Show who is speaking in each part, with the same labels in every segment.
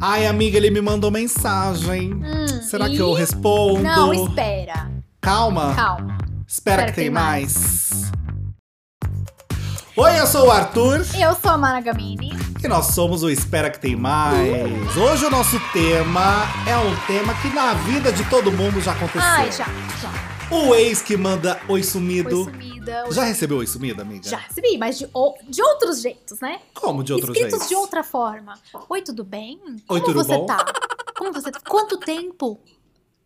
Speaker 1: Ai, amiga, ele me mandou mensagem.
Speaker 2: Hum,
Speaker 1: Será
Speaker 2: e-
Speaker 1: que eu respondo?
Speaker 2: Não, espera.
Speaker 1: Calma.
Speaker 2: Calma.
Speaker 1: Espera que, tem mais. Oi, eu sou o Arthur
Speaker 2: Eu sou a Mara Gamini.
Speaker 1: e nós somos o Espera que tem mais. Hoje o nosso tema é um tema que na vida de todo mundo já aconteceu.
Speaker 2: Ai, já, já.
Speaker 1: O ex que manda oi
Speaker 2: Foi
Speaker 1: sumido.
Speaker 2: sumida.
Speaker 1: Já recebeu oi sumido, amiga?
Speaker 2: Já recebi, mas de, ou- de outros jeitos, né?
Speaker 1: Como de outro
Speaker 2: Escritos
Speaker 1: jeito?
Speaker 2: de outra forma. Oi, tudo bem? Como
Speaker 1: tudo
Speaker 2: você
Speaker 1: bom?
Speaker 2: tá? Como você tá? Quanto tempo?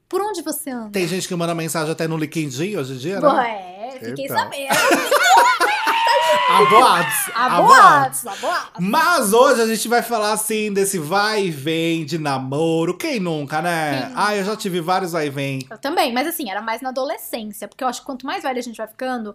Speaker 2: Por onde você anda?
Speaker 1: Tem gente que manda mensagem até no LinkedIn hoje em dia,
Speaker 2: Bom,
Speaker 1: né?
Speaker 2: é, fiquei
Speaker 1: Então.
Speaker 2: sabendo.
Speaker 1: A boatos,
Speaker 2: A
Speaker 1: a boatos.
Speaker 2: boatos, a boatos.
Speaker 1: Mas hoje a gente vai falar assim desse vai e vem de namoro. Quem nunca, né?
Speaker 2: Quem nunca?
Speaker 1: Ah, eu já tive vários vai e vem.
Speaker 2: Eu também, mas assim, era mais na adolescência. Porque eu acho que quanto mais velha a gente vai ficando,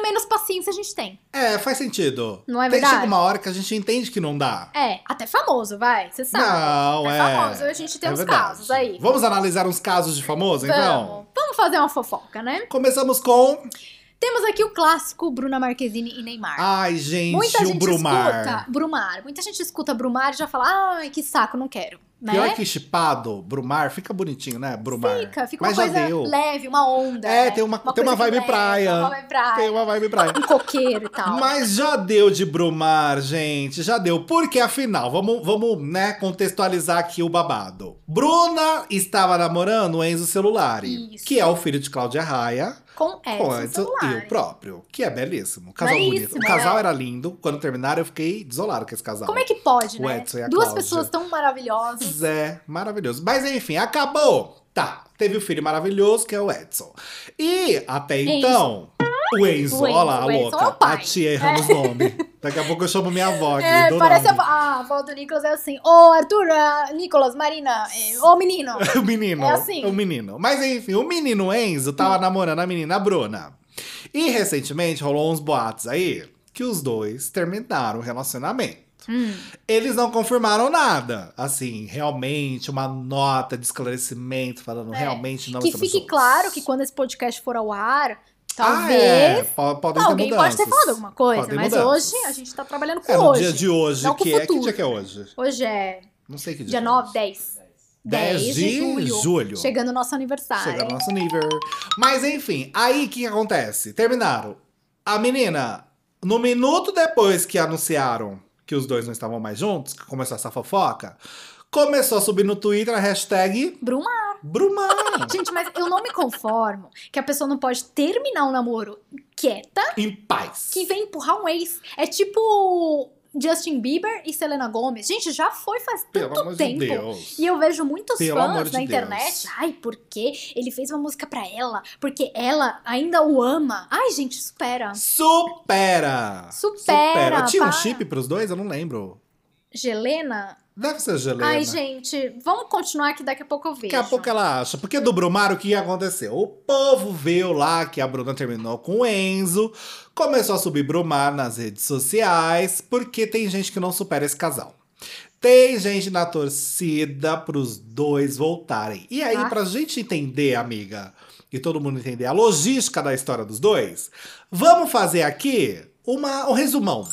Speaker 2: menos paciência a gente tem.
Speaker 1: É, faz sentido.
Speaker 2: Não é
Speaker 1: Tem,
Speaker 2: verdade?
Speaker 1: Chega uma hora que a gente entende que não dá.
Speaker 2: É, até famoso, vai. Você sabe.
Speaker 1: não,
Speaker 2: até
Speaker 1: é.
Speaker 2: famoso. A gente tem
Speaker 1: é
Speaker 2: uns
Speaker 1: verdade.
Speaker 2: casos aí.
Speaker 1: Vamos analisar uns casos de famoso, então?
Speaker 2: Vamos, vamos fazer uma fofoca, né?
Speaker 1: Começamos com.
Speaker 2: Temos aqui o clássico Bruna Marquezine e Neymar.
Speaker 1: Ai, gente,
Speaker 2: Muita
Speaker 1: o
Speaker 2: gente
Speaker 1: Brumar.
Speaker 2: escuta Brumar. Muita gente escuta Brumar e já fala, ai, que saco, não quero. Né?
Speaker 1: Pior que chipado, Brumar, fica bonitinho, né? Brumar.
Speaker 2: Fica, fica
Speaker 1: Mas
Speaker 2: uma
Speaker 1: já
Speaker 2: coisa
Speaker 1: deu.
Speaker 2: leve, uma onda.
Speaker 1: É,
Speaker 2: né?
Speaker 1: tem uma- tem
Speaker 2: coisa
Speaker 1: uma
Speaker 2: que
Speaker 1: vibe
Speaker 2: leva,
Speaker 1: praia.
Speaker 2: Uma vibe praia.
Speaker 1: Tem uma vibe praia.
Speaker 2: Um coqueiro e tal.
Speaker 1: Mas já deu de Brumar, gente, já deu. Porque afinal, vamos, vamos né, contextualizar aqui o babado. Bruna estava namorando o Enzo Celulari,
Speaker 2: Isso. É,
Speaker 1: que é o filho de Cláudia Raia,
Speaker 2: Com
Speaker 1: com
Speaker 2: Edson
Speaker 1: Enzo
Speaker 2: celular.
Speaker 1: e o próprio, que é belíssimo. Casal
Speaker 2: Belíssimo,
Speaker 1: bonito. O casal
Speaker 2: né?
Speaker 1: era lindo. Quando terminaram, eu fiquei desolado com esse casal.
Speaker 2: Como é que pode,
Speaker 1: O
Speaker 2: né?
Speaker 1: Edson e a
Speaker 2: Duas
Speaker 1: Cláudia.
Speaker 2: pessoas tão maravilhosas.
Speaker 1: Zé, é maravilhoso. Mas enfim, acabou. Tá, teve o filho maravilhoso que é o Edson. E até
Speaker 2: Enzo.
Speaker 1: então, o Enzo,
Speaker 2: O Enzo,
Speaker 1: olha lá, a
Speaker 2: o Edson é o
Speaker 1: louca. a
Speaker 2: pai.
Speaker 1: tia errando os nomes. Daqui a pouco eu chamo minha avó aqui.
Speaker 2: É,
Speaker 1: do
Speaker 2: parece a,
Speaker 1: nome.
Speaker 2: a avó do Nicolas é assim. Ô, Arthur, ah, Nicolas, Marina, é, ô menino.
Speaker 1: O menino.
Speaker 2: É assim.
Speaker 1: O menino. Mas enfim, o menino Enzo tava namorando a menina Bruna. E recentemente rolou uns boatos aí que os dois terminaram o relacionamento.
Speaker 2: Hum.
Speaker 1: Eles não confirmaram nada. Assim, realmente, uma nota de esclarecimento falando
Speaker 2: É,
Speaker 1: realmente não
Speaker 2: que
Speaker 1: estamos
Speaker 2: fique
Speaker 1: juntos.
Speaker 2: claro que quando esse podcast for ao ar,
Speaker 1: Ah,
Speaker 2: talvez
Speaker 1: é. Po- Podem ter
Speaker 2: alguém pode ter
Speaker 1: mudanças.
Speaker 2: falado alguma coisa,
Speaker 1: Podem
Speaker 2: mas
Speaker 1: mudanças.
Speaker 2: hoje a gente tá trabalhando com
Speaker 1: É, no
Speaker 2: hoje.
Speaker 1: dia de hoje,
Speaker 2: não com
Speaker 1: que
Speaker 2: o
Speaker 1: é. Que
Speaker 2: futuro.
Speaker 1: dia que é hoje?
Speaker 2: Hoje é
Speaker 1: Não sei que dia.
Speaker 2: dia 9, 10.
Speaker 1: 10 de
Speaker 2: 10 de julho.
Speaker 1: julho.
Speaker 2: Chegando o nosso aniversário.
Speaker 1: Chega no nosso nível. Mas enfim, aí o que, que acontece? Terminaram. A menina, no minuto depois que anunciaram que os dois não estavam mais juntos, que começou essa fofoca, começou a subir no Twitter a hashtag
Speaker 2: Bruma.
Speaker 1: Brumar.
Speaker 2: Gente, mas eu não me conformo que a pessoa não pode terminar um namoro quieta
Speaker 1: em paz.
Speaker 2: que vem empurrar um ex. É tipo Justin Bieber e Selena Gomez. Gente, já foi faz
Speaker 1: Pelo
Speaker 2: tanto
Speaker 1: amor
Speaker 2: tempo.
Speaker 1: de Deus.
Speaker 2: E eu vejo muitos
Speaker 1: Pelo amor
Speaker 2: fãs
Speaker 1: de
Speaker 2: na
Speaker 1: Deus.
Speaker 2: internet. Ai, porque ele fez uma música pra ela, porque ela ainda o ama. Ai, gente, supera.
Speaker 1: Supera!
Speaker 2: Supera,
Speaker 1: Tinha um
Speaker 2: para.
Speaker 1: chip pros dois? Eu não lembro.
Speaker 2: Gelena?
Speaker 1: Deve ser Gelena.
Speaker 2: Ai, gente, vamos continuar que daqui a pouco eu vejo.
Speaker 1: Daqui a pouco ela acha. Porque do Brumar, o que aconteceu? O povo veio lá que a Bruna terminou com o Enzo, começou a subir Brumar nas redes sociais, porque tem gente que não supera esse casal. Tem gente na torcida pros dois voltarem. E aí,
Speaker 2: Ah.
Speaker 1: pra gente entender, amiga, e todo mundo entender a logística da história dos dois, vamos fazer aqui uma, um resumão.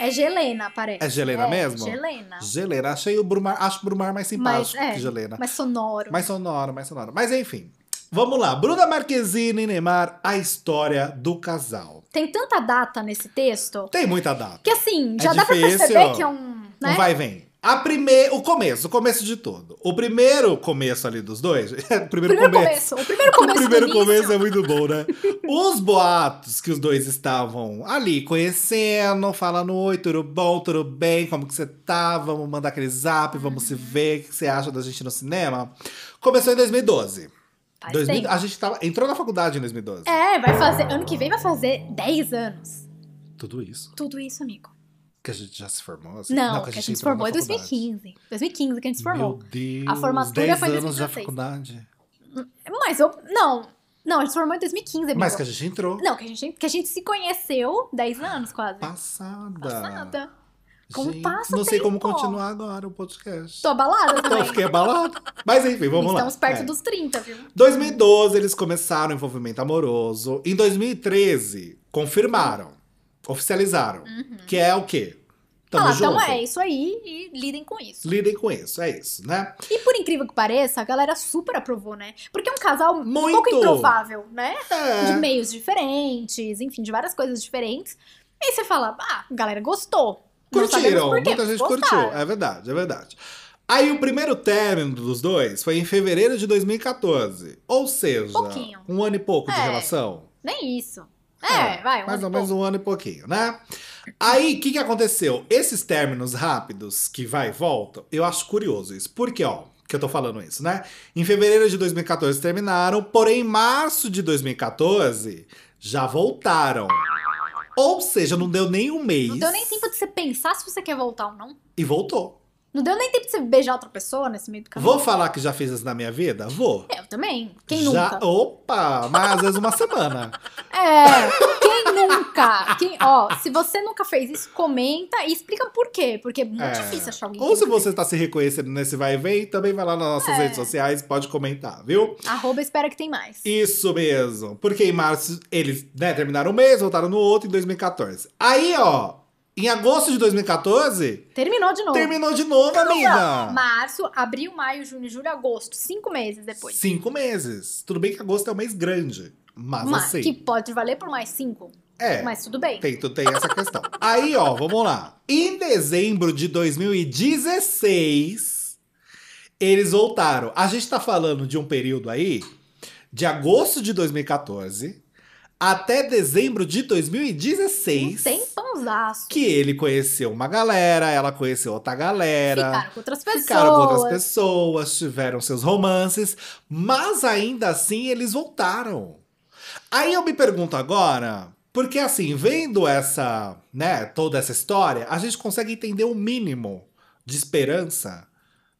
Speaker 2: É Gelena, parece.
Speaker 1: É Gelena mesmo?
Speaker 2: Gelena.
Speaker 1: Gelena, achei o Brumar, acho o Brumar mais simpático
Speaker 2: Ah. é,
Speaker 1: que Gelena.
Speaker 2: Mas sonoro.
Speaker 1: Mais sonoro, mais sonoro. Mas enfim, vamos lá. Bruna Marquezine e Neymar, a história do casal.
Speaker 2: Tem tanta data nesse texto
Speaker 1: Tem muita data.
Speaker 2: que, assim,
Speaker 1: É
Speaker 2: já dá pra
Speaker 1: difícil.
Speaker 2: perceber que é um.
Speaker 1: Não
Speaker 2: Né?
Speaker 1: vai e vem. A prime... O começo, o começo de tudo. O primeiro começo ali dos dois. o primeiro,
Speaker 2: Primeiro começo. O primeiro começo.
Speaker 1: o primeiro
Speaker 2: do
Speaker 1: começo
Speaker 2: início.
Speaker 1: é muito bom, né? Os boatos que os dois estavam ali conhecendo, falando: Oi, tudo bom, tudo bem, como que você tá? Vamos mandar aquele zap, vamos
Speaker 2: Uhum.
Speaker 1: se ver, o que você acha da gente no cinema? Começou em 2012.
Speaker 2: Faz
Speaker 1: 2000
Speaker 2: tempo.
Speaker 1: a gente tava, entrou na faculdade em 2012.
Speaker 2: É, vai fazer. Ano que vem vai fazer 10 anos.
Speaker 1: Tudo isso.
Speaker 2: Tudo isso, amigo.
Speaker 1: Que a gente já se formou? assim?
Speaker 2: Não, que a gente se
Speaker 1: entrou na
Speaker 2: formou em
Speaker 1: faculdade.
Speaker 2: 2015. 2015 que a gente se
Speaker 1: Meu
Speaker 2: formou.
Speaker 1: Deus,
Speaker 2: A formatura
Speaker 1: 10
Speaker 2: foi em
Speaker 1: anos da
Speaker 2: 2016.
Speaker 1: faculdade.
Speaker 2: Mas eu. Não. Não, a gente se formou em 2015, amigo.
Speaker 1: Mas que a gente entrou.
Speaker 2: Não, que a, gente, que a gente se conheceu 10 anos quase.
Speaker 1: Passada.
Speaker 2: Passada. Como
Speaker 1: gente,
Speaker 2: passa o
Speaker 1: Não sei como
Speaker 2: tempo.
Speaker 1: continuar agora o podcast.
Speaker 2: Tô abalada também.
Speaker 1: Então fiquei abalado. Mas enfim, vamos lá.
Speaker 2: Estamos perto
Speaker 1: É.
Speaker 2: dos 30, viu?
Speaker 1: 2012 eles começaram o envolvimento amoroso. Em 2013, confirmaram, oficializaram, que é o quê? Tamo
Speaker 2: Falar,
Speaker 1: junto.
Speaker 2: então é isso Uhum. aí e lidem com isso.
Speaker 1: Lidem com isso, é isso, né?
Speaker 2: E por incrível que pareça, a galera super aprovou, né? Porque é um casal um
Speaker 1: Muito!
Speaker 2: pouco improvável, né?
Speaker 1: É.
Speaker 2: De meios diferentes, enfim, de várias coisas diferentes. Aí você fala, ah, a galera gostou. Não
Speaker 1: Curtiram,
Speaker 2: sabemos por quê,
Speaker 1: muita
Speaker 2: mas
Speaker 1: gente
Speaker 2: gostaram.
Speaker 1: curtiu. É verdade, é verdade. Aí o primeiro término dos dois foi em fevereiro de 2014. Ou seja,
Speaker 2: Pouquinho.
Speaker 1: um ano e pouco de
Speaker 2: É.
Speaker 1: relação.
Speaker 2: Nem isso. É, vai, um
Speaker 1: Mais ou
Speaker 2: ano e
Speaker 1: menos um ano e pouquinho, né? Aí, o que, que aconteceu? Esses términos rápidos que vai e volta, eu acho curioso isso. Por quê, ó? Que eu tô falando isso, né? Em fevereiro de 2014 terminaram, porém, em março de 2014 já voltaram. Ou seja, não deu nem um mês.
Speaker 2: Não deu nem tempo de você pensar se você quer voltar ou não.
Speaker 1: E voltou.
Speaker 2: Não deu nem tempo de você beijar outra pessoa nesse meio do caminho.
Speaker 1: Vou falar que já fiz isso na minha vida? Vou.
Speaker 2: É, Eu também. Quem
Speaker 1: já...
Speaker 2: nunca?
Speaker 1: Opa! Mas às vezes uma semana.
Speaker 2: É, quem nunca? Quem, ó, se você nunca fez isso, comenta e explica por quê. Porque é muito
Speaker 1: É.
Speaker 2: difícil achar alguém.
Speaker 1: Ou
Speaker 2: que
Speaker 1: se
Speaker 2: nunca
Speaker 1: você está se reconhecendo nesse vai e vem, também vai lá nas nossas
Speaker 2: É.
Speaker 1: redes sociais, pode comentar, viu?
Speaker 2: fez. Arroba espera que tem mais.
Speaker 1: Isso mesmo. Porque em março eles né, terminaram um mês, voltaram no outro em 2014. Aí, ó, em agosto de 2014,
Speaker 2: Terminou de novo.
Speaker 1: terminou de novo, amiga.
Speaker 2: Março, abril, maio, junho, julho, agosto. Cinco meses depois.
Speaker 1: Cinco meses. Tudo bem que agosto é um mês grande. Mas,
Speaker 2: Mas,
Speaker 1: assim.
Speaker 2: que pode valer por mais cinco.
Speaker 1: é.
Speaker 2: Mas tudo bem.
Speaker 1: Tem, tu tem essa questão. Aí, ó, vamos lá. Em dezembro de 2016, eles voltaram. A gente tá falando de um período aí, de agosto de 2014 até dezembro de
Speaker 2: Um
Speaker 1: 2016.
Speaker 2: tempãozaço.
Speaker 1: Que ele conheceu uma galera, ela conheceu outra galera.
Speaker 2: Ficaram com outras pessoas.
Speaker 1: Ficaram com outras pessoas, tiveram seus romances, mas ainda assim eles voltaram. Aí eu me pergunto agora, porque assim, vendo essa, né, toda essa história, a gente consegue entender o mínimo de esperança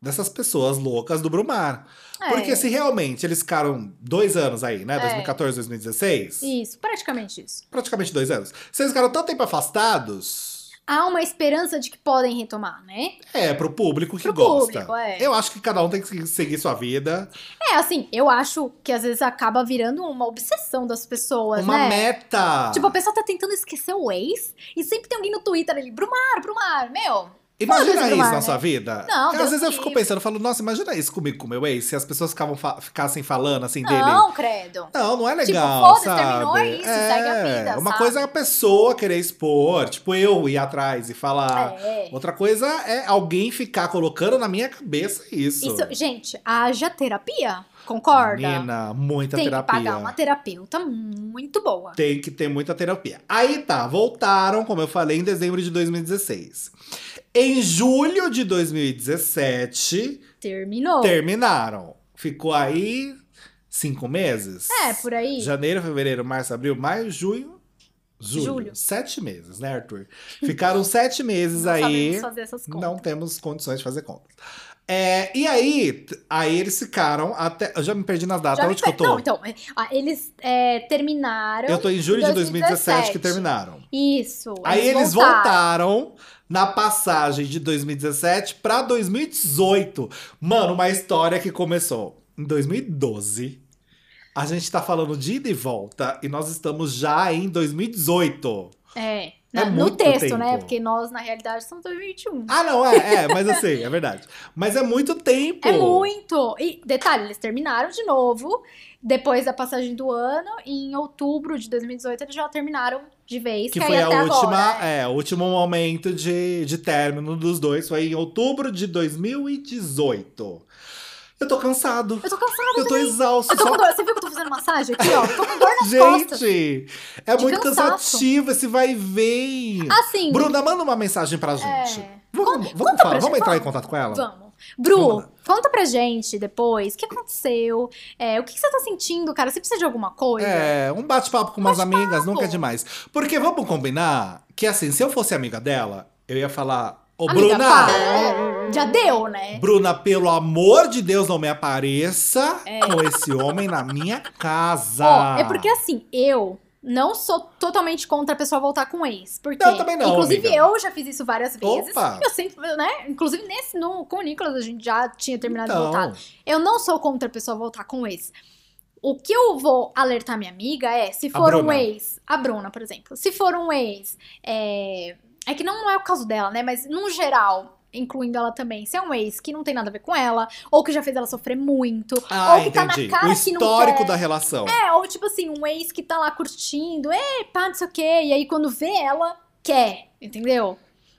Speaker 1: dessas pessoas loucas do Brumar.
Speaker 2: É,
Speaker 1: Porque se realmente eles ficaram dois anos aí, né, 2014, 2016,
Speaker 2: Isso, praticamente isso.
Speaker 1: praticamente dois anos, se eles ficaram tanto tempo afastados,
Speaker 2: Há uma esperança de que podem retomar, né?
Speaker 1: é pro público que
Speaker 2: Pro
Speaker 1: gosta.
Speaker 2: público, é.
Speaker 1: Eu acho que cada um tem que seguir sua vida.
Speaker 2: É, assim, eu acho que às vezes acaba virando uma obsessão das pessoas,
Speaker 1: Uma
Speaker 2: né?
Speaker 1: meta.
Speaker 2: Tipo, a pessoa tá tentando esquecer o ex e sempre tem alguém no Twitter ali, Brumar, Brumar, meu.
Speaker 1: imagina
Speaker 2: foda-se
Speaker 1: isso
Speaker 2: pro mar,
Speaker 1: na
Speaker 2: né?
Speaker 1: sua vida.
Speaker 2: Não,
Speaker 1: Às
Speaker 2: Deus
Speaker 1: vezes eu
Speaker 2: que
Speaker 1: fico
Speaker 2: livre.
Speaker 1: pensando, eu falo, nossa, imagina isso comigo com meu ex, se as pessoas ficavam fa- ficassem falando assim dele.
Speaker 2: Não, credo.
Speaker 1: Não, não é
Speaker 2: Tipo,
Speaker 1: legal,
Speaker 2: foda-se,
Speaker 1: sabe?
Speaker 2: terminou, é isso, segue a vida,
Speaker 1: Uma
Speaker 2: sabe?
Speaker 1: coisa é a pessoa querer expor, tipo, eu ir atrás e falar.
Speaker 2: É.
Speaker 1: Ah, Outra coisa é alguém ficar colocando na minha cabeça isso.
Speaker 2: Isso, gente, haja terapia, concorda?
Speaker 1: Menina, muita
Speaker 2: Tem
Speaker 1: terapia.
Speaker 2: que pagar uma terapeuta muito boa.
Speaker 1: Tem que ter muita terapia. Aí tá, voltaram, como eu falei, em dezembro de 2016. Em julho de 2017,
Speaker 2: Terminou.
Speaker 1: terminaram. Ficou aí cinco meses.
Speaker 2: É, por aí.
Speaker 1: Janeiro, fevereiro, março, abril, maio, junho. Julho.
Speaker 2: Julho. Então,
Speaker 1: Sete meses, né, Arthur? Ficaram sete meses
Speaker 2: Não
Speaker 1: aí.
Speaker 2: sabemos fazer essas contas.
Speaker 1: Não temos condições de fazer contas. É, e aí, t- aí eles ficaram até. Eu já me perdi nas datas.
Speaker 2: Já me
Speaker 1: Onde que eu
Speaker 2: per-
Speaker 1: tô?
Speaker 2: Não, então, ah, eles é, terminaram.
Speaker 1: eu tô em julho de 2017 que
Speaker 2: 2017.
Speaker 1: terminaram.
Speaker 2: Isso.
Speaker 1: Aí eles voltaram. na passagem de 2017 pra 2018. Mano, uma história que começou em 2012. A gente tá falando de ida e volta e nós estamos já em 2018.
Speaker 2: É.
Speaker 1: É
Speaker 2: na-
Speaker 1: muito
Speaker 2: no texto,
Speaker 1: tempo.
Speaker 2: né? Porque nós, na realidade, somos 2021.
Speaker 1: Ah, não, é, é, mas eu sei, é verdade. Mas é muito tempo.
Speaker 2: É muito! E detalhe, eles terminaram de novo, depois da passagem do ano, e em outubro de 2018 eles já terminaram de vez,
Speaker 1: Que
Speaker 2: aí
Speaker 1: foi a
Speaker 2: até
Speaker 1: última,
Speaker 2: agora.
Speaker 1: é, o último momento de, de término dos dois. Foi em outubro de 2018. Eu tô cansado.
Speaker 2: Eu tô cansada.
Speaker 1: Eu tô exausto.
Speaker 2: Eu tô
Speaker 1: só
Speaker 2: com dor. Você viu que eu tô fazendo massagem aqui, ó? Tô com dor nas costas.
Speaker 1: Gente, é
Speaker 2: De
Speaker 1: muito
Speaker 2: cansaço.
Speaker 1: cansativo esse vai e vem.
Speaker 2: Assim.
Speaker 1: Bruna, manda uma mensagem pra gente.
Speaker 2: é,
Speaker 1: Vamos, vamos
Speaker 2: conta
Speaker 1: falar,
Speaker 2: pra
Speaker 1: vamos
Speaker 2: gente,
Speaker 1: entrar em
Speaker 2: vamos.
Speaker 1: contato com ela?
Speaker 2: Vamos. Bru,
Speaker 1: Vamos lá.
Speaker 2: conta pra gente depois o que aconteceu. é, o que, que você tá sentindo, cara? Você precisa de alguma coisa?
Speaker 1: É, um bate-papo com umas amigas nunca é demais. Porque vamos combinar que, assim, se eu fosse amiga dela, eu ia falar: Ô,
Speaker 2: Amiga,
Speaker 1: Bruna,
Speaker 2: para. Já deu, né?
Speaker 1: Bruna, pelo amor de Deus, não me apareça
Speaker 2: É.
Speaker 1: com esse homem na minha casa.
Speaker 2: Ó, é porque assim, eu não sou totalmente contra a pessoa voltar com ex. Porque,
Speaker 1: Não, também não,
Speaker 2: inclusive,
Speaker 1: amiga.
Speaker 2: eu já fiz isso várias vezes.
Speaker 1: Opa!
Speaker 2: Eu sempre, né? Inclusive, nesse, no, com o Nicolas, a gente já tinha terminado de voltar.
Speaker 1: Então,
Speaker 2: Eu não sou contra a pessoa voltar com o ex. O que eu vou alertar minha amiga é, se
Speaker 1: A
Speaker 2: for um
Speaker 1: Bruna.
Speaker 2: ex, a Bruna, por exemplo, se for um ex é, É que não é o caso dela, né? Mas no geral, incluindo ela também, se é um ex que não tem nada a ver com ela, ou que já fez ela sofrer muito,
Speaker 1: Ah,
Speaker 2: ou que tá na
Speaker 1: entendi.
Speaker 2: cara
Speaker 1: o
Speaker 2: que não
Speaker 1: histórico
Speaker 2: quer.
Speaker 1: da relação.
Speaker 2: É, ou tipo assim, um ex que tá lá curtindo, e pá, não sei o quê, e aí quando vê ela, quer, entendeu?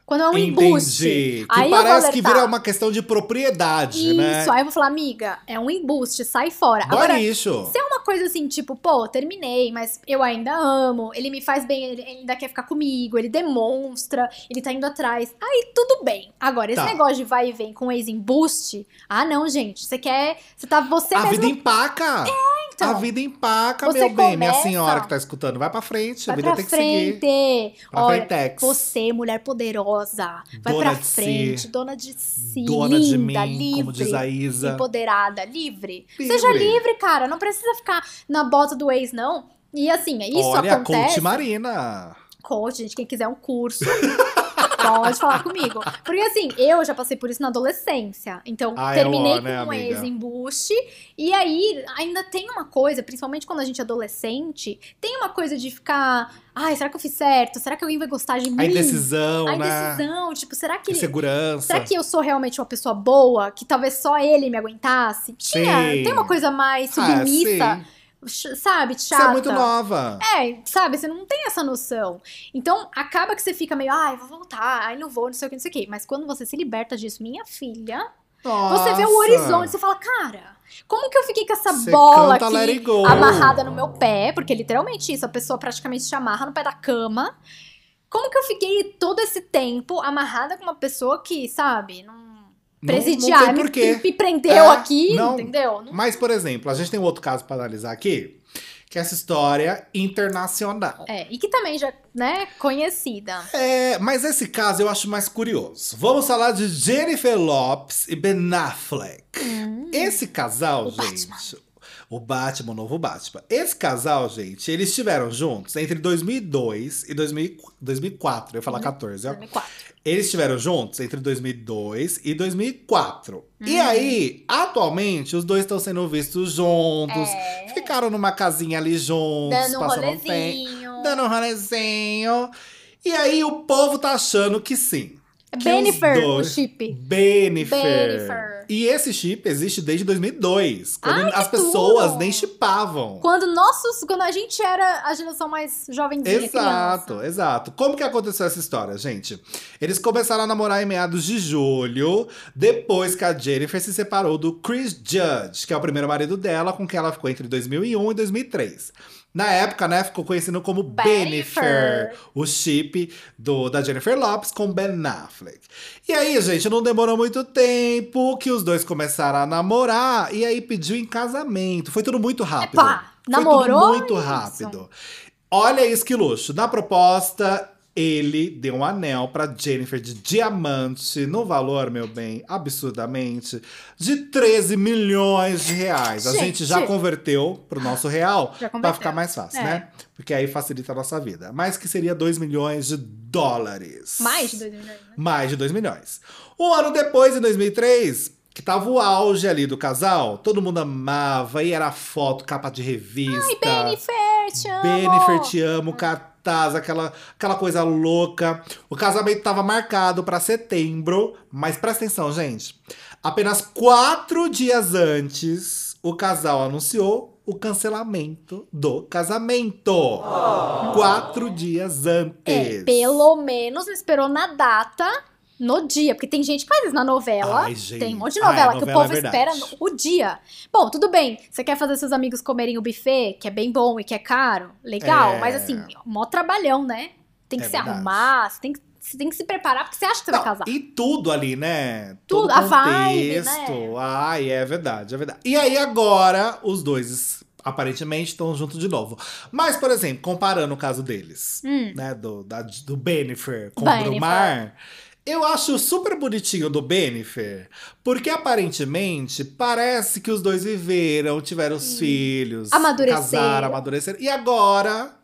Speaker 2: Quando é um embuste.
Speaker 1: Entendi. Que
Speaker 2: Aí eu vou
Speaker 1: parece que
Speaker 2: alertar.
Speaker 1: vira uma questão de propriedade,
Speaker 2: Isso,
Speaker 1: né?
Speaker 2: aí eu vou falar, amiga, é um embuste, sai fora.
Speaker 1: Dó
Speaker 2: Agora,
Speaker 1: lixo.
Speaker 2: se é uma coisa assim, tipo, pô, terminei, mas eu ainda amo, ele me faz bem, ele ele ainda quer ficar comigo, ele demonstra, ele tá indo atrás, aí tudo bem. Agora, esse
Speaker 1: Tá.
Speaker 2: negócio de vai e vem com ex-embuste, ah não, gente, você quer, você tá você
Speaker 1: A
Speaker 2: mesmo.
Speaker 1: vida empaca. É,
Speaker 2: então.
Speaker 1: A vida empaca,
Speaker 2: Você
Speaker 1: meu bem, minha
Speaker 2: começa-
Speaker 1: senhora que tá escutando. Vai pra frente, a
Speaker 2: Vai
Speaker 1: vida
Speaker 2: pra
Speaker 1: tem que
Speaker 2: frente.
Speaker 1: seguir. Pra
Speaker 2: Olha,
Speaker 1: Vertex.
Speaker 2: Você, mulher poderosa, vai
Speaker 1: Dona
Speaker 2: pra
Speaker 1: de si.
Speaker 2: frente, dona de si,
Speaker 1: Dona de mim,
Speaker 2: linda,
Speaker 1: como diz a
Speaker 2: livre,
Speaker 1: Isa.
Speaker 2: empoderada, livre.
Speaker 1: Livre.
Speaker 2: Seja livre, cara, não precisa ficar na bota do ex, não. E assim, isso
Speaker 1: Olha,
Speaker 2: acontece.
Speaker 1: coach Marina.
Speaker 2: Coach, gente, quem quiser um curso, pode falar comigo. Porque assim, eu já passei por isso na adolescência. Então,
Speaker 1: Ah, é
Speaker 2: terminei
Speaker 1: ó, né,
Speaker 2: com um
Speaker 1: amiga?
Speaker 2: ex-embuste. E aí, ainda tem uma coisa, principalmente quando a gente é adolescente, tem uma coisa de ficar. Ai, será que eu fiz certo? Será que alguém vai gostar de mim?
Speaker 1: A indecisão,
Speaker 2: A
Speaker 1: né?
Speaker 2: indecisão, tipo, será que.
Speaker 1: Insegurança.
Speaker 2: Será que eu sou realmente uma pessoa boa? Que talvez só ele me aguentasse? Tinha,
Speaker 1: Sim.
Speaker 2: tem uma coisa mais
Speaker 1: Ah,
Speaker 2: submissa,
Speaker 1: sim.
Speaker 2: ch- sabe? Chata.
Speaker 1: Você é muito nova.
Speaker 2: É, sabe, você não tem essa noção. Então, acaba que você fica meio, ai, vou voltar, ai, não vou, não sei o que, não sei o que. Mas quando você se liberta disso, minha filha, você vê o
Speaker 1: Nossa.
Speaker 2: horizonte, você fala, cara, como que eu fiquei com essa
Speaker 1: Você
Speaker 2: bola
Speaker 1: canta Let It
Speaker 2: aqui
Speaker 1: Go.
Speaker 2: amarrada no meu pé? Porque literalmente isso, a pessoa praticamente te amarra no pé da cama. Como que eu fiquei todo esse tempo amarrada com uma pessoa que, sabe, não
Speaker 1: Não-
Speaker 2: presidiar,
Speaker 1: Não, tem
Speaker 2: me,
Speaker 1: porquê.
Speaker 2: me prendeu
Speaker 1: É,
Speaker 2: aqui,
Speaker 1: não.
Speaker 2: entendeu? Não-
Speaker 1: Mas, por exemplo, a gente tem um outro caso pra analisar aqui, que é essa história internacional.
Speaker 2: É, e que também já, né, conhecida.
Speaker 1: É, mas esse caso eu acho mais curioso. Vamos falar de Jennifer Lopes e Ben Affleck.
Speaker 2: Hum.
Speaker 1: Esse casal,
Speaker 2: O
Speaker 1: gente.
Speaker 2: Batman.
Speaker 1: O Batman, o novo Batman. Esse casal, gente, eles estiveram juntos entre 2002 e 2000, 2004. Eu ia falar
Speaker 2: Uhum.
Speaker 1: 14, ó.
Speaker 2: 2004.
Speaker 1: Eles estiveram juntos entre 2002 e 2004. E
Speaker 2: Hum.
Speaker 1: aí, atualmente, os dois estão sendo vistos juntos.
Speaker 2: É.
Speaker 1: Ficaram numa casinha ali juntos,
Speaker 2: Dando um
Speaker 1: passando um tempo.
Speaker 2: rolezinho.
Speaker 1: Dando um rolezinho. E aí, o povo tá achando que sim. que
Speaker 2: Bennifer,
Speaker 1: os dois-
Speaker 2: É o chip.
Speaker 1: Bennifer.
Speaker 2: Bennifer.
Speaker 1: E esse chip existe desde 2002, quando
Speaker 2: Ai,
Speaker 1: as
Speaker 2: que
Speaker 1: pessoas
Speaker 2: Ah, é tudo!
Speaker 1: nem chipavam.
Speaker 2: Quando nossos, quando a gente era a geração mais jovenzinha,
Speaker 1: Exato,
Speaker 2: criança.
Speaker 1: exato. Como que aconteceu essa história, gente? Eles começaram a namorar em meados de julho, depois que a Jennifer se separou do Chris Judge, que é o primeiro marido dela, com quem ela ficou entre 2001 e 2003. Na época, né, ficou conhecido como
Speaker 2: Bennifer.
Speaker 1: Bennifer, o chip do, da Jennifer Lopes com Ben Affleck. E aí, gente, não demorou muito tempo que os dois começaram a namorar e aí pediu em casamento. Foi tudo muito rápido.
Speaker 2: Epa, É namorou
Speaker 1: Foi tudo muito
Speaker 2: e isso.
Speaker 1: rápido. Olha isso que luxo. Na proposta, ele deu um anel pra Jennifer de diamante, no valor, meu bem, absurdamente, de 13 milhões de reais. A gente
Speaker 2: Gente.
Speaker 1: já converteu pro nosso real pra
Speaker 2: Já converteu.
Speaker 1: ficar mais fácil,
Speaker 2: É.
Speaker 1: né? Porque aí facilita a nossa vida. Mas que seria 2 milhões de dólares.
Speaker 2: Mais de 2000, né?
Speaker 1: Mais de 2 milhões. Um ano depois, em 2003, que tava o auge ali do casal, todo mundo amava e era foto, capa de revista. Tá.
Speaker 2: Bennifer, te amo.
Speaker 1: Bennifer, te amo, cartaz, aquela, aquela coisa louca. O casamento tava marcado pra setembro, mas presta atenção, gente. Apenas quatro dias antes, o casal anunciou o cancelamento do casamento. Quatro dias antes.
Speaker 2: Oh. É, pelo menos não esperou na data, no dia. Porque tem gente que faz isso na novela.
Speaker 1: Ai, gente.
Speaker 2: Tem um monte de
Speaker 1: Ah, é,
Speaker 2: novela, que o
Speaker 1: novela é
Speaker 2: povo
Speaker 1: verdade.
Speaker 2: espera no- o dia. Bom, tudo bem. Você quer fazer seus amigos comerem o buffet, que é bem bom e que é caro? Legal.
Speaker 1: É.
Speaker 2: Mas assim, mó trabalhão, né? Tem que
Speaker 1: É
Speaker 2: se
Speaker 1: verdade.
Speaker 2: arrumar, você tem que, você tem que se preparar, porque você acha que você
Speaker 1: Não,
Speaker 2: vai casar.
Speaker 1: E tudo ali, né?
Speaker 2: Tudo,
Speaker 1: Todo
Speaker 2: a vibe,
Speaker 1: contexto.
Speaker 2: né?
Speaker 1: Ai, é verdade, é verdade. E aí agora, os dois aparentemente estão juntos de novo. Mas, por exemplo, comparando o caso deles,
Speaker 2: Hum.
Speaker 1: né? Do, da- do Bennifer com o
Speaker 2: Bennifer.
Speaker 1: Brumar. Eu acho super bonitinho do Bennifer, porque aparentemente parece que os dois viveram, tiveram os filhos,
Speaker 2: Amadureceram.
Speaker 1: casaram, amadureceram. E agora,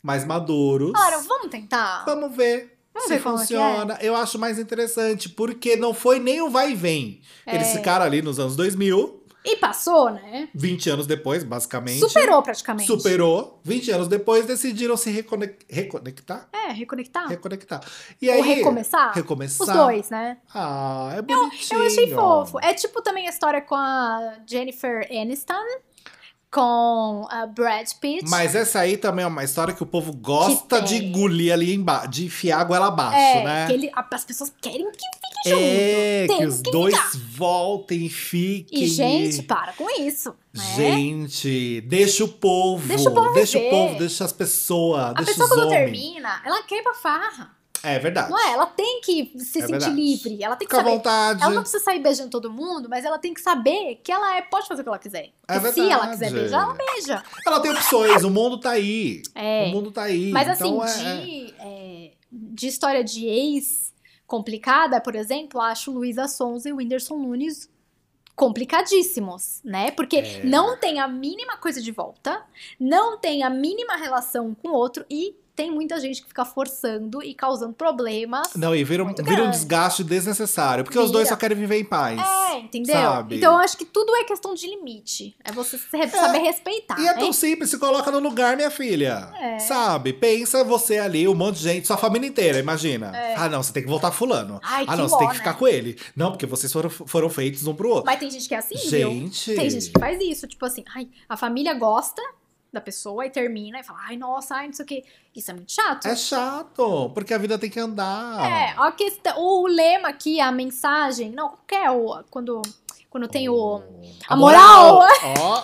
Speaker 1: mais maduros,
Speaker 2: Falaram, vamos tentar?
Speaker 1: vamos ver
Speaker 2: Vamos
Speaker 1: se
Speaker 2: ver como é que
Speaker 1: funciona. Eu acho mais interessante, porque não foi nem o vai e vem. Eles
Speaker 2: É.
Speaker 1: ficaram ali nos anos 2000.
Speaker 2: E passou, né?
Speaker 1: 20 anos depois, basicamente.
Speaker 2: Superou praticamente.
Speaker 1: Superou. 20 anos depois, decidiram se reconec- reconectar.
Speaker 2: É, reconectar.
Speaker 1: Reconectar. E aí,
Speaker 2: Ou recomeçar.
Speaker 1: é, recomeçar.
Speaker 2: Os dois, né?
Speaker 1: Ah, é bonitinho.
Speaker 2: Eu achei fofo. É tipo também a história com a Jennifer Aniston, com a Brad Pitt.
Speaker 1: Mas essa aí também é uma história que o povo gosta
Speaker 2: Que
Speaker 1: de
Speaker 2: tem.
Speaker 1: engolir ali embaixo, de enfiar a goela abaixo,
Speaker 2: é,
Speaker 1: né?
Speaker 2: que ele- as pessoas querem que fique junto.
Speaker 1: É, que
Speaker 2: Tem
Speaker 1: os
Speaker 2: que
Speaker 1: dois voltem e fiquem.
Speaker 2: E, gente, para com isso. Né?
Speaker 1: Gente, deixa o povo.
Speaker 2: Deixa o povo
Speaker 1: deixa,
Speaker 2: viver.
Speaker 1: povo, deixa as pessoas,
Speaker 2: a
Speaker 1: deixa
Speaker 2: pessoa
Speaker 1: os
Speaker 2: quando
Speaker 1: homens.
Speaker 2: termina, ela quer ir pra farra.
Speaker 1: É verdade.
Speaker 2: Não é? Ela tem que se
Speaker 1: É
Speaker 2: sentir
Speaker 1: verdade.
Speaker 2: livre. Ela tem que
Speaker 1: Fica à
Speaker 2: saber.
Speaker 1: vontade.
Speaker 2: Ela não precisa sair beijando todo mundo, mas ela tem que saber que ela é- pode fazer o que ela quiser.
Speaker 1: É
Speaker 2: E se ela
Speaker 1: verdade.
Speaker 2: quiser beijar, ela beija.
Speaker 1: Ela tem opções, o mundo tá aí.
Speaker 2: É.
Speaker 1: O mundo tá aí.
Speaker 2: Mas
Speaker 1: então
Speaker 2: assim,
Speaker 1: é-
Speaker 2: de, é, de história de ex complicada, por exemplo, acho Luísa Sons e Whindersson Nunes complicadíssimos, né? Porque
Speaker 1: É.
Speaker 2: não tem a mínima coisa de volta, não tem a mínima relação com o outro e tem muita gente que fica forçando e causando problemas.
Speaker 1: Não, e vira, um-
Speaker 2: Muito
Speaker 1: vira um
Speaker 2: grande.
Speaker 1: desgaste desnecessário. Porque os
Speaker 2: Vira.
Speaker 1: dois só querem viver em paz.
Speaker 2: É, entendeu?
Speaker 1: sabe.
Speaker 2: Então eu acho que tudo é questão de limite. É você se- saber respeitar.
Speaker 1: E é
Speaker 2: né?
Speaker 1: tão simples, se coloca no lugar, minha filha.
Speaker 2: É.
Speaker 1: Sabe? Pensa você ali, um monte de gente, sua família inteira, imagina. Ah, não, você tem que voltar fulano.
Speaker 2: É. Ai,
Speaker 1: ah,
Speaker 2: que
Speaker 1: não, você tem
Speaker 2: ó,
Speaker 1: que ficar
Speaker 2: né?
Speaker 1: com ele. Não, porque vocês foram, foram feitos um pro outro.
Speaker 2: Mas tem gente que é assim, viu?
Speaker 1: gente.
Speaker 2: Tem gente que faz isso, tipo assim, ai, a família gosta da pessoa e termina e fala, ai, nossa, ai, não sei o quê. Isso é muito chato.
Speaker 1: É chato, porque a vida tem que andar.
Speaker 2: É, a questão, o lema aqui, a mensagem, não, como que é o, quando, quando tem o, a moral.
Speaker 1: Ó.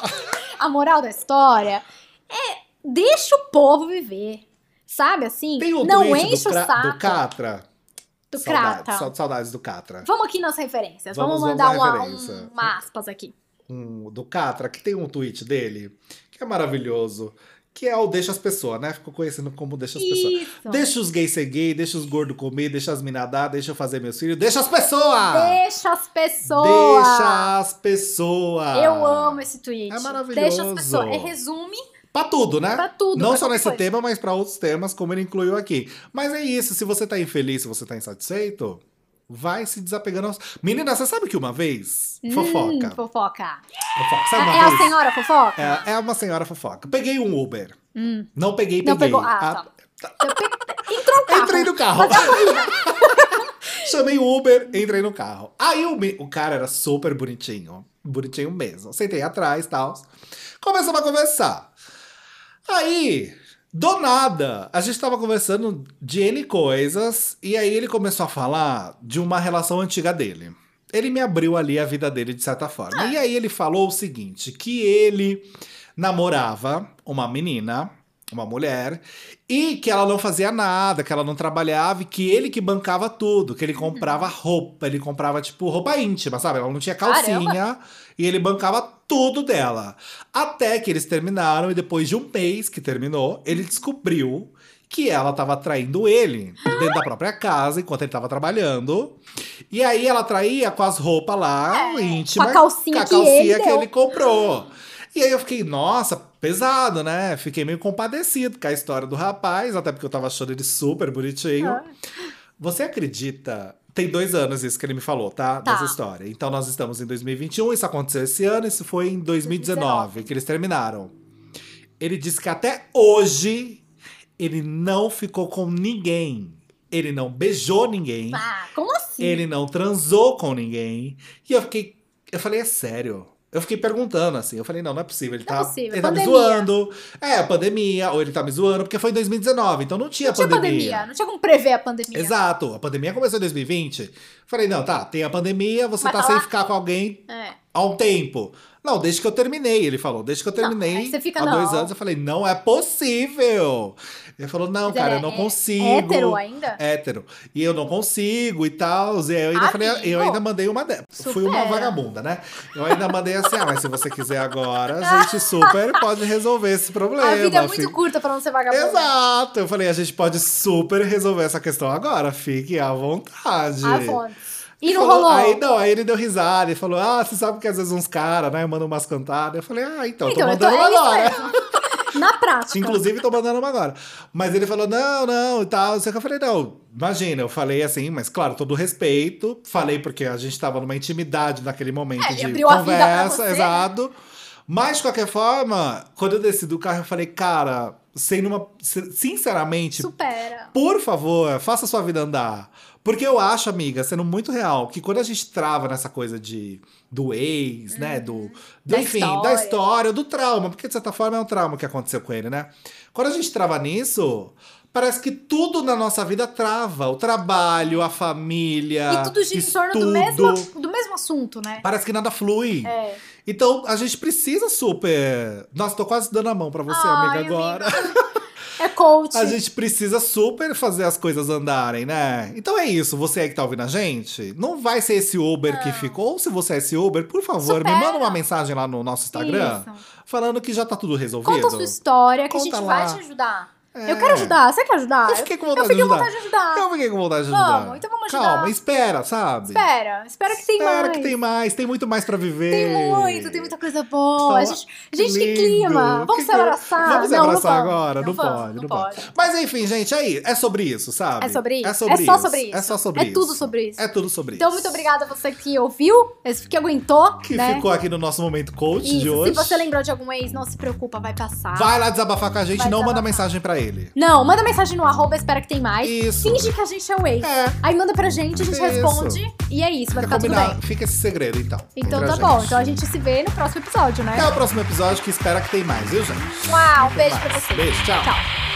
Speaker 2: a moral da história, é deixa o povo viver, sabe assim?
Speaker 1: Tem o
Speaker 2: não
Speaker 1: tweet
Speaker 2: enche
Speaker 1: do,
Speaker 2: o
Speaker 1: Cra-
Speaker 2: saco
Speaker 1: do Catra.
Speaker 2: do
Speaker 1: Saudades,
Speaker 2: crata.
Speaker 1: sau- Saudades do Catra.
Speaker 2: Vamos aqui nas referências,
Speaker 1: Vamos-
Speaker 2: vamos,
Speaker 1: vamos
Speaker 2: mandar
Speaker 1: à
Speaker 2: uma,
Speaker 1: referência.
Speaker 2: um- uma aspas aqui.
Speaker 1: um, do Catra, que tem um tweet dele, que é maravilhoso, que é o Deixa as Pessoas, né? Ficou conhecendo como Deixa as Pessoas.
Speaker 2: Isso.
Speaker 1: Deixa os gays ser gay, deixa os gordos comer, deixa as minas dar, deixa eu fazer meus filhos, deixa as pessoas!
Speaker 2: Deixa as pessoas.
Speaker 1: Deixa as pessoas!
Speaker 2: Eu amo esse tweet.
Speaker 1: É maravilhoso.
Speaker 2: Deixa as pessoas. É resume
Speaker 1: Pra tudo, né?
Speaker 2: pra tudo.
Speaker 1: Não
Speaker 2: pra
Speaker 1: só
Speaker 2: qualquer
Speaker 1: nesse
Speaker 2: coisa.
Speaker 1: tema, mas pra outros temas, como ele incluiu aqui. Mas é isso, se você tá infeliz, se você tá insatisfeito, vai se desapegando. Aos... Menina, você sabe que uma vez.
Speaker 2: Hum,
Speaker 1: Fofoca.
Speaker 2: fofoca.
Speaker 1: fofoca. Sabe uma
Speaker 2: É a
Speaker 1: vez?
Speaker 2: senhora fofoca?
Speaker 1: É, é uma senhora fofoca. Peguei um Uber.
Speaker 2: Hum.
Speaker 1: Não peguei, peguei.
Speaker 2: Não pegou. Ah, tá. Eu pe- Entrou o
Speaker 1: Ah,
Speaker 2: carro.
Speaker 1: Entrei no carro. Chamei o Uber, entrei no carro. Aí o, me- o cara era super bonitinho. Bonitinho mesmo. Sentei atrás e tal. Começamos a conversar. Aí, do nada, a gente tava conversando de N coisas. E aí ele começou a falar de uma relação antiga dele. Ele me abriu ali a vida dele de certa forma. E aí ele falou o seguinte: que ele namorava uma menina, uma mulher, e que ela não fazia nada, que ela não trabalhava, e que ele que bancava tudo, que ele comprava roupa, ele comprava, tipo, roupa íntima, sabe? Ela não tinha calcinha, e ele bancava tudo dela. Até que eles terminaram, e depois de um mês que terminou, ele descobriu que ela tava traindo ele dentro da própria casa, enquanto ele tava trabalhando. E aí ela traía com as roupas lá,
Speaker 2: É,
Speaker 1: íntimas,
Speaker 2: com a calcinha que ele
Speaker 1: que
Speaker 2: deu.
Speaker 1: ele comprou. E aí eu fiquei, nossa, pesado, né? Fiquei meio compadecido com a história do rapaz, até porque eu tava achando ele super bonitinho.
Speaker 2: Ah.
Speaker 1: Você acredita? Tem dois anos isso que ele me falou, tá?
Speaker 2: Tá.
Speaker 1: Dessa história. Então nós estamos em 2021, isso aconteceu esse ano, isso foi em 2019, que eles terminaram. Ele disse que até hoje ele não ficou com ninguém. Ele não beijou ninguém.
Speaker 2: Ah, como assim?
Speaker 1: Ele não transou com ninguém. E eu fiquei. Eu falei, é sério. Eu fiquei perguntando assim. Eu falei, não, não é possível. Ele,
Speaker 2: Não é
Speaker 1: tá,
Speaker 2: possível,
Speaker 1: ele tá me
Speaker 2: pandemia.
Speaker 1: zoando. É, pandemia. Ou ele tá me zoando, porque foi em 2019, então não tinha
Speaker 2: não tinha pandemia. Não tinha como prever a pandemia.
Speaker 1: Exato, a pandemia começou em 2020. Falei, não, tá, tem a pandemia, você
Speaker 2: Mas
Speaker 1: tá
Speaker 2: tá
Speaker 1: sem
Speaker 2: lá.
Speaker 1: ficar com alguém
Speaker 2: É.
Speaker 1: há um tempo. Não, desde que eu terminei, ele falou, desde que eu terminei
Speaker 2: aí você fica,
Speaker 1: há
Speaker 2: não.
Speaker 1: dois anos. Eu falei, não é possível. Ele falou, não,
Speaker 2: Mas
Speaker 1: cara,
Speaker 2: ele
Speaker 1: eu não
Speaker 2: é
Speaker 1: consigo.
Speaker 2: É hétero ainda?
Speaker 1: Hétero. E eu não consigo e tal. E eu ainda falei,
Speaker 2: Ah, Amigo.
Speaker 1: eu ainda mandei uma dessa. Fui
Speaker 2: Supera.
Speaker 1: uma vagabunda, né? Eu ainda mandei assim, ah, mas se você quiser agora, a gente super pode resolver esse problema.
Speaker 2: a vida é muito
Speaker 1: fica-
Speaker 2: curta pra não ser vagabundo.
Speaker 1: Exato! Eu falei, a gente pode super resolver essa questão agora, fique à vontade.
Speaker 2: Ah, foda. E não
Speaker 1: Falou-
Speaker 2: rolou.
Speaker 1: Aí não, aí ele deu risada e falou: Ah, você sabe que às vezes uns caras, né, mandam umas cantadas. Eu falei, ah, então, tô
Speaker 2: Então, eu tô-
Speaker 1: mandando
Speaker 2: é isso
Speaker 1: agora.
Speaker 2: Na prática.
Speaker 1: Inclusive, tô mandando uma agora. Mas ele falou, não, não, e tal. Não sei o que eu falei, não, imagina, eu falei assim, mas claro, todo respeito. Falei porque a gente tava numa intimidade naquele momento
Speaker 2: É, ele
Speaker 1: de
Speaker 2: abriu a vida pra
Speaker 1: conversa,
Speaker 2: você, né?
Speaker 1: exato. Mas, de qualquer forma, quando eu desci do carro, eu falei, cara, sendo uma. Sinceramente,
Speaker 2: Supera.
Speaker 1: por favor, faça sua vida andar. Porque eu acho, amiga, sendo muito real, que quando a gente trava nessa coisa de do ex, né? Do, do-
Speaker 2: Uhum. Da
Speaker 1: enfim, da
Speaker 2: história.
Speaker 1: história, do trauma, porque de certa forma é um trauma que aconteceu com ele, né? Quando a gente trava nisso, parece que tudo na nossa vida trava. O trabalho, a família.
Speaker 2: E tudo gira em torno do
Speaker 1: ah, estudo.
Speaker 2: mesmo, do mesmo assunto, né?
Speaker 1: Parece que nada flui.
Speaker 2: É.
Speaker 1: Então, a gente precisa super. Nossa, tô quase dando a mão pra você,
Speaker 2: Ai,
Speaker 1: amiga, agora.
Speaker 2: É coach.
Speaker 1: A gente precisa super fazer as coisas andarem, né? Então é isso, você aí que tá ouvindo a gente, não vai ser esse Uber que ficou. Ou se você é esse Uber, por favor, me
Speaker 2: Supera.
Speaker 1: manda uma mensagem lá no nosso Instagram
Speaker 2: Isso.
Speaker 1: falando que já tá tudo resolvido.
Speaker 2: Conta a sua história, que a gente
Speaker 1: Conta
Speaker 2: vai
Speaker 1: lá.
Speaker 2: te ajudar.
Speaker 1: É.
Speaker 2: Eu quero ajudar. Você quer ajudar?
Speaker 1: Eu fiquei com
Speaker 2: Eu
Speaker 1: vontade
Speaker 2: fiquei
Speaker 1: de
Speaker 2: com
Speaker 1: ajudar.
Speaker 2: vontade de ajudar.
Speaker 1: Eu fiquei com vontade de
Speaker 2: Vamos,
Speaker 1: ajudar.
Speaker 2: então vamos ajudar.
Speaker 1: Calma, espera, sabe?
Speaker 2: Espera. Espera que tem
Speaker 1: Espera
Speaker 2: mais.
Speaker 1: que tem mais, tem muito mais pra viver.
Speaker 2: Tem muito, tem muita coisa boa.
Speaker 1: Então,
Speaker 2: gente, gente, que
Speaker 1: lindo.
Speaker 2: clima. Vamos
Speaker 1: Que
Speaker 2: se abraçar.
Speaker 1: Vamos se
Speaker 2: Ah, Não, não
Speaker 1: abraçar
Speaker 2: vamos.
Speaker 1: agora? Não,
Speaker 2: vamos,
Speaker 1: pode, não pode. Mas enfim, gente, aí, é sobre isso, sabe?
Speaker 2: É sobre isso.
Speaker 1: É sobre
Speaker 2: É só
Speaker 1: isso.
Speaker 2: sobre isso.
Speaker 1: É só sobre
Speaker 2: É
Speaker 1: isso.
Speaker 2: tudo sobre isso.
Speaker 1: É tudo sobre
Speaker 2: Então,
Speaker 1: isso.
Speaker 2: muito obrigada a você que ouviu, esse que aguentou,
Speaker 1: que
Speaker 2: né?
Speaker 1: ficou aqui no nosso momento coach
Speaker 2: Isso,
Speaker 1: de hoje.
Speaker 2: Se você lembrou de algum ex, não se preocupa, vai passar.
Speaker 1: Vai lá desabafar com a gente,
Speaker 2: Vai
Speaker 1: não manda
Speaker 2: desabafar.
Speaker 1: mensagem pra ele.
Speaker 2: Não, manda mensagem no arroba, espera que tem mais.
Speaker 1: Isso.
Speaker 2: Finge que a gente é o ex.
Speaker 1: É,
Speaker 2: Aí manda pra gente, a gente
Speaker 1: Isso.
Speaker 2: responde. E é isso, vai
Speaker 1: fica
Speaker 2: ficar tudo bem.
Speaker 1: combinado. Fica esse segredo, então.
Speaker 2: Então
Speaker 1: entre
Speaker 2: tá
Speaker 1: a
Speaker 2: bom,
Speaker 1: gente.
Speaker 2: então a gente se vê no próximo episódio, né?
Speaker 1: Até o próximo episódio que espera que tem mais, viu, gente?
Speaker 2: Uau, um beijo
Speaker 1: Até
Speaker 2: pra
Speaker 1: mais.
Speaker 2: você.
Speaker 1: Beijo, tchau.
Speaker 2: Tchau.